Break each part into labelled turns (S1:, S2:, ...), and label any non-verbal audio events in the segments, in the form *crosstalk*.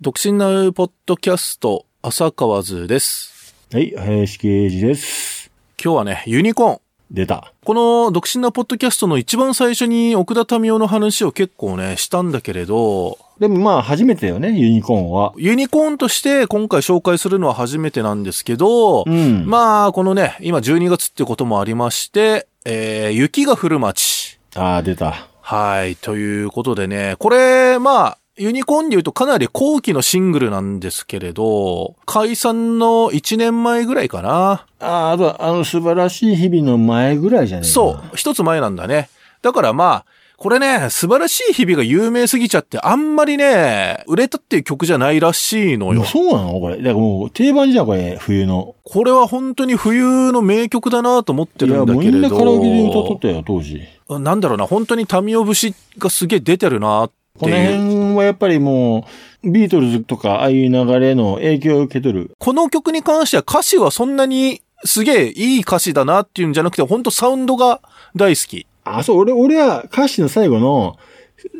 S1: 独身なうポッドキャスト、浅川図です。
S2: はい、林圭司です。
S1: 今日はね、ユニコーン。
S2: 出た。
S1: この独身なポッドキャストの一番最初に奥田民生の話を結構ね、したんだけれど、
S2: でもまあ、初めてだよね、ユニコーンは。
S1: ユニコーンとして今回紹介するのは初めてなんですけど、
S2: うん。
S1: まあ、このね、今12月ってこともありまして、えー、雪が降る街。
S2: ああ、出た。
S1: はい、ということでね、これ、まあ、ユニコーンで言うとかなり後期のシングルなんですけれど、解散の1年前ぐらいかな。
S2: ああ、あと、あの、素晴らしい日々の前ぐらいじゃねえかな
S1: そう、一つ前なんだね。だからまあ、これね、素晴らしい日々が有名すぎちゃって、あんまりね、売れたっていう曲じゃないらしいのよ
S2: もう。そうなのこれ。だからもう、定番じゃん、これ、冬の。
S1: これは本当に冬の名曲だなと思って
S2: い
S1: る
S2: や、
S1: んだ
S2: もう
S1: けれ
S2: み
S1: ど。
S2: んなカラオケで歌っとったよ、当時。
S1: なんだろうな、本当に民生節がすげえ出てるなって
S2: この
S1: いう。
S2: 辺はやっぱりもう、ビートルズとか、ああいう流れの影響を受け取る。
S1: この曲に関しては歌詞はそんなにすげえいい歌詞だなっていうんじゃなくて、本当サウンドが大好き。
S2: あ、そう、俺、俺は歌詞の最後の、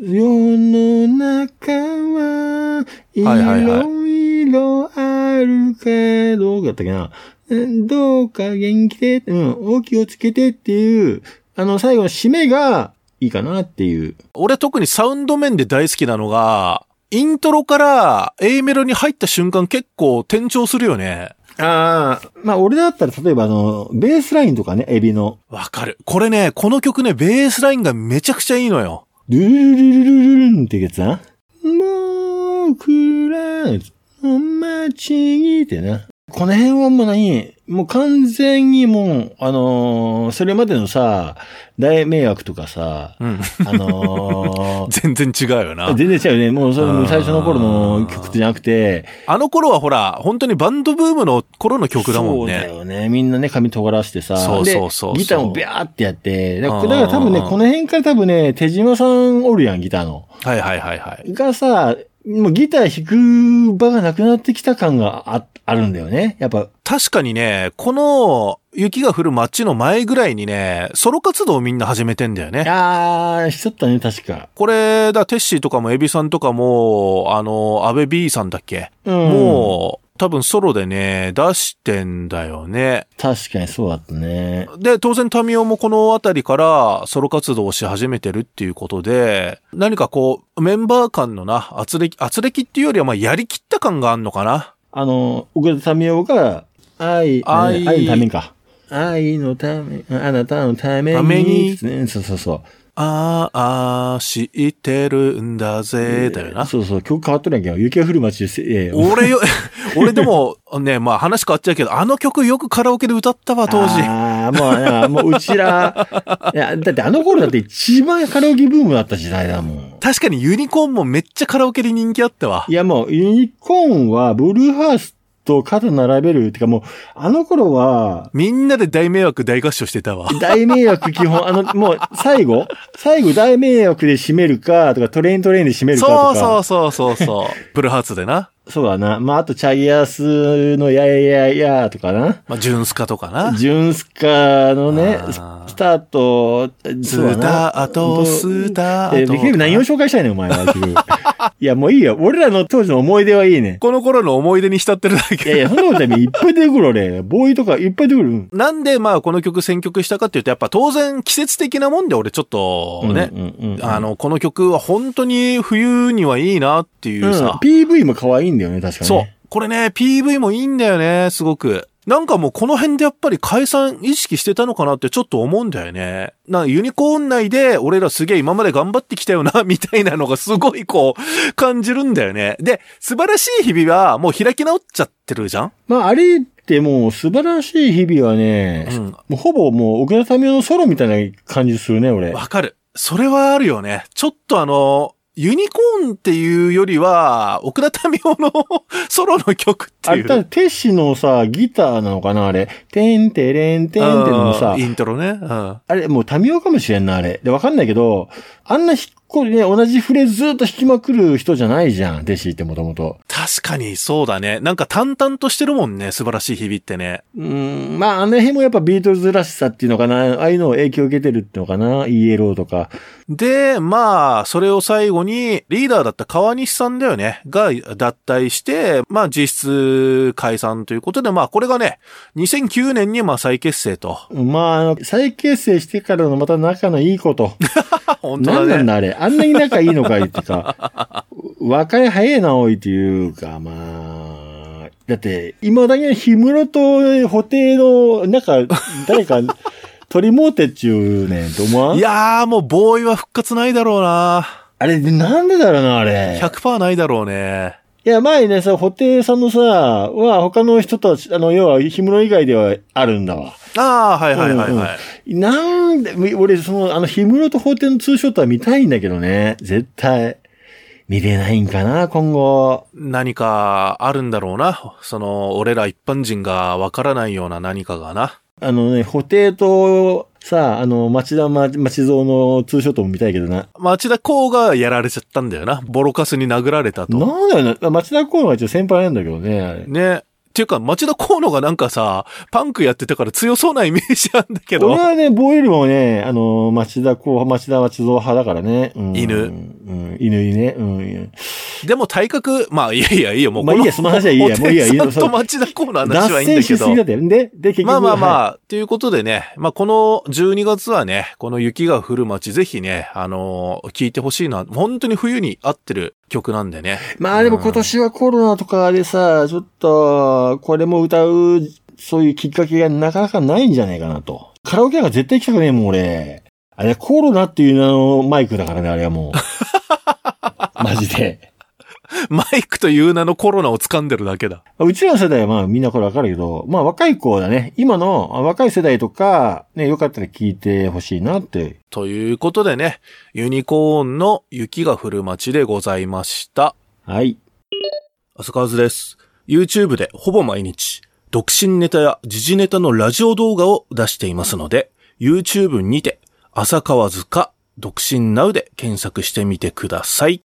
S2: 世の中は、い
S1: はいはいはい
S2: ろいろあるけど、だったっけな。うんどうか元気で、うん、お気をつけてっていう、あの、最後の締めが、いいかなっていう。
S1: 俺特にサウンド面で大好きなのが、イントロから A メロに入った瞬間結構転調するよね。
S2: ああ、まあ、俺だったら、例えばあの、ベースラインとかね、エビの、
S1: わかる。これね、この曲ね、ベースラインがめちゃくちゃいいのよ。
S2: ルルルルルルルンってやつな。もう、くら、お待ちってな。この辺はもう何もう完全にもう、あのーそれまでのさ、大迷惑とかさ、
S1: うん。
S2: あ
S1: *laughs*
S2: のー
S1: 全然違うよな。
S2: 全然違うよね。もうそれ
S1: あー
S2: もう最初の頃の曲じゃなくて。
S1: あの頃はほら、本当にバンドブームの頃の曲だもん
S2: そう
S1: ね。
S2: だよね。みんなね、髪尖らしてさ。
S1: そうそうそうそう
S2: でギターもビャーってやって。だからだから多分ね、
S1: あー
S2: この辺から多分ね、手島さんおるやん、ギターの。
S1: はいはいはいはい。
S2: がさ、もうギター弾く場がなくなってきた感があ、あるんだよね。やっぱ、
S1: 確かにね、この雪が降る街の前ぐらいにね、ソロ活動をみんな始めてんだよね。
S2: あー、しちゃったね、確か。
S1: これ、だ、テッシーとかもエビさんとかも、あの、安倍 B さんだっけ、
S2: うん。
S1: もう、多分ソロでね、出してんだよね。
S2: 確かにそうだったね。
S1: で、当然民オもこのあたりからソロ活動をし始めてるっていうことで、何かこう、メンバー間のな、圧力、圧力っていうよりは、まあ、やりきった感があんのかな。
S2: あの、奥田民生が、愛、
S1: 愛
S2: 愛愛のためにか。愛のため、あなたのために。
S1: ために
S2: うんそうそうそう。
S1: あーあー、知ってるんだぜ、だよな。
S2: そうそう、曲変わっとるやんけど、雪が降る街です。ええ
S1: 俺
S2: *laughs*
S1: よ、俺でも、ね、まあ話変わっちゃうけど、あの曲よくカラオケで歌ったわ、当時。
S2: ああ、もういや、もううち *laughs* ら、いや、だってあの頃だって一番カラオケブームだった時代だもん。
S1: 確かにユニコーンもめっちゃカラオケで人気あったわ
S2: い。やもう、ユニコーンは、ブルーハースと肩並べる。てかもう、あの頃は、
S1: みんなで大迷惑大合唱してたわ。
S2: 大迷惑基本、あの、もう、最後 *laughs* 最後大迷惑で締めるか、とか、トレイントレインで締めるかと
S1: そ
S2: か。
S1: うそうそうそうそう。ブルーハーツでな。
S2: う。そうだな。まあ、あと、チャギアスのやいやいやとかな。
S1: まあ、ジュンスカとかな。
S2: ジュンスカのね
S1: あ、
S2: ス
S1: ー
S2: スタート、そうだ
S1: ス
S2: な
S1: タート、スタ
S2: え
S1: ート。
S2: ビキビ何を紹介したいねん、お前は。
S1: *laughs*
S2: 結局いや、もういいよ。俺らの当時の思い出はいいね。
S1: この頃の思い出に浸ってるだ
S2: い
S1: *laughs*
S2: や
S1: け。
S2: いや、そんなことないいっぱい出てくる、俺。ボーイとかいっぱい出てくる。うん
S1: なんでまあこの曲選曲したかっていうと、やっぱ当然季節的なもんで俺ちょっとね、
S2: うんうんうん
S1: あの、この曲は本当に冬にはいいなっていうさ。
S2: うん、PV も可愛いんだよね、確かに。
S1: そう。。これね、PV もいいんだよね、すごく。なんかもうこの辺でやっぱり解散意識してたのかなってちょっと思うんだよね。な、ユニコーン内で俺らすげえ今まで頑張ってきたよな、み *laughs* たいなのがすごいこう、感じるんだよね。で、素晴らしい日々はもう開き直っちゃってるじゃん
S2: まあ、あれってもう素晴らしい日々はね、
S1: うん
S2: もうほぼもう奥田民生のソロみたいな感じするね、俺。
S1: わかる。それはあるよね。ちょっとあの、ユニコーンっていうよりは、奥田民生の *laughs* ソロの曲って
S2: あ
S1: い
S2: れ、
S1: う。
S2: ただ、テッシのさ、ギターなのかな、あれ。てんてれんてんてんのさ
S1: うん、イントロね。うん。
S2: あれ、もう民生かもしれんな、あれ。で、わかんないけど、あんなひこれね、同じフレーズずっと弾きまくる人じゃないじゃん、弟子ってもともと。
S1: 確かにそうだね。なんか淡々としてるもんね、素晴らしい日々ってね。
S2: うーん、まあ、あの辺もやっぱビートルズらしさっていうのかな、ああいうのを影響を受けてるっていうのかな、イエローとか。
S1: で、まあ、それを最後に、リーダーだった川西さんだよね、が脱退して、まあ実質解散ということで、まあこれがね、2009年にまあ再結成と。
S2: まあ、あの、再結成してからのまた仲のいいこと。
S1: あ *laughs* 本当だ
S2: 何
S1: ね。
S2: なんだあれ。あんなに仲いいのかいってか、
S1: *laughs*
S2: 若い早いな、おいっていうか、まあ、だって、未だに氷室と布袋の、なんか、
S1: *laughs*
S2: 誰か、取り持ってっちゅうねんと思わん
S1: いやーもうボーイは復活ないだろうな。
S2: あれ、なんでだろうな、あれ。
S1: 100%ないだろうね。
S2: いや、前ね、さ、布袋さんのさ、は、他の人と、あの、要は、氷室以外ではあるんだわ。
S1: ああ、はいはいはいはい。
S2: うんうんなんで、俺、その、あの、氷室と法廷のツーショットは見たいんだけどね。絶対。見れないんかな、今後。
S1: 何かあるんだろうな。その、俺ら一般人がわからないような何かがな。
S2: あのね、法廷と、さ、あの、町田ま町蔵のツーショットも見たいけどな。
S1: 町田公がやられちゃったんだよな。ボロカスに殴られたと。
S2: なんだよな、町田公のが一応先輩なんだけどね、あれ。
S1: ね。っていうか、町田公のがなんかさ、パンクやってたから強そうなイメージなんだけど
S2: 俺。はね、棒よりもね、あの、町田公、町田町蔵派だからね。うん
S1: 犬
S2: うん、犬にね。うん。
S1: でも体格、まあいやいやいいよ、もう
S2: まあいいやその話はいいやもういいやいいよ
S1: お父さんと町田公の話
S2: 脱
S1: はいいんだ
S2: 線
S1: け
S2: しす
S1: ど
S2: ぎ。だったよ。で、で、結局。
S1: まあまあま
S2: はい
S1: あ、ということでね、まあこの12月はね、この雪が降る街、ぜひね、あのー聞いてほしいな。本当に冬に合ってる曲なんでね。
S2: まあでも今年はコロナとかでさ、ちょっと、これも歌う、そういうきっかけがなかなかないんじゃないかなと。カラオケなんか絶対行きたくねえもん、俺。あれ、コロナっていう名のマイクだからね、あれはもう。マジで。
S1: マイクという名のコロナを掴んでるだけだ。
S2: うちらの世代はまあみんなこれわかるけど、まあ若い子だね。今の若い世代とか、ね、よかったら聞いてほしいなって。
S1: ということでね、ユニコーンの雪が降る街でございました。
S2: はい。
S1: 浅川図です。YouTube でほぼ毎日、独身ネタや時事ネタのラジオ動画を出していますので、YouTube にて、浅川図か、独身ナウで検索してみてください。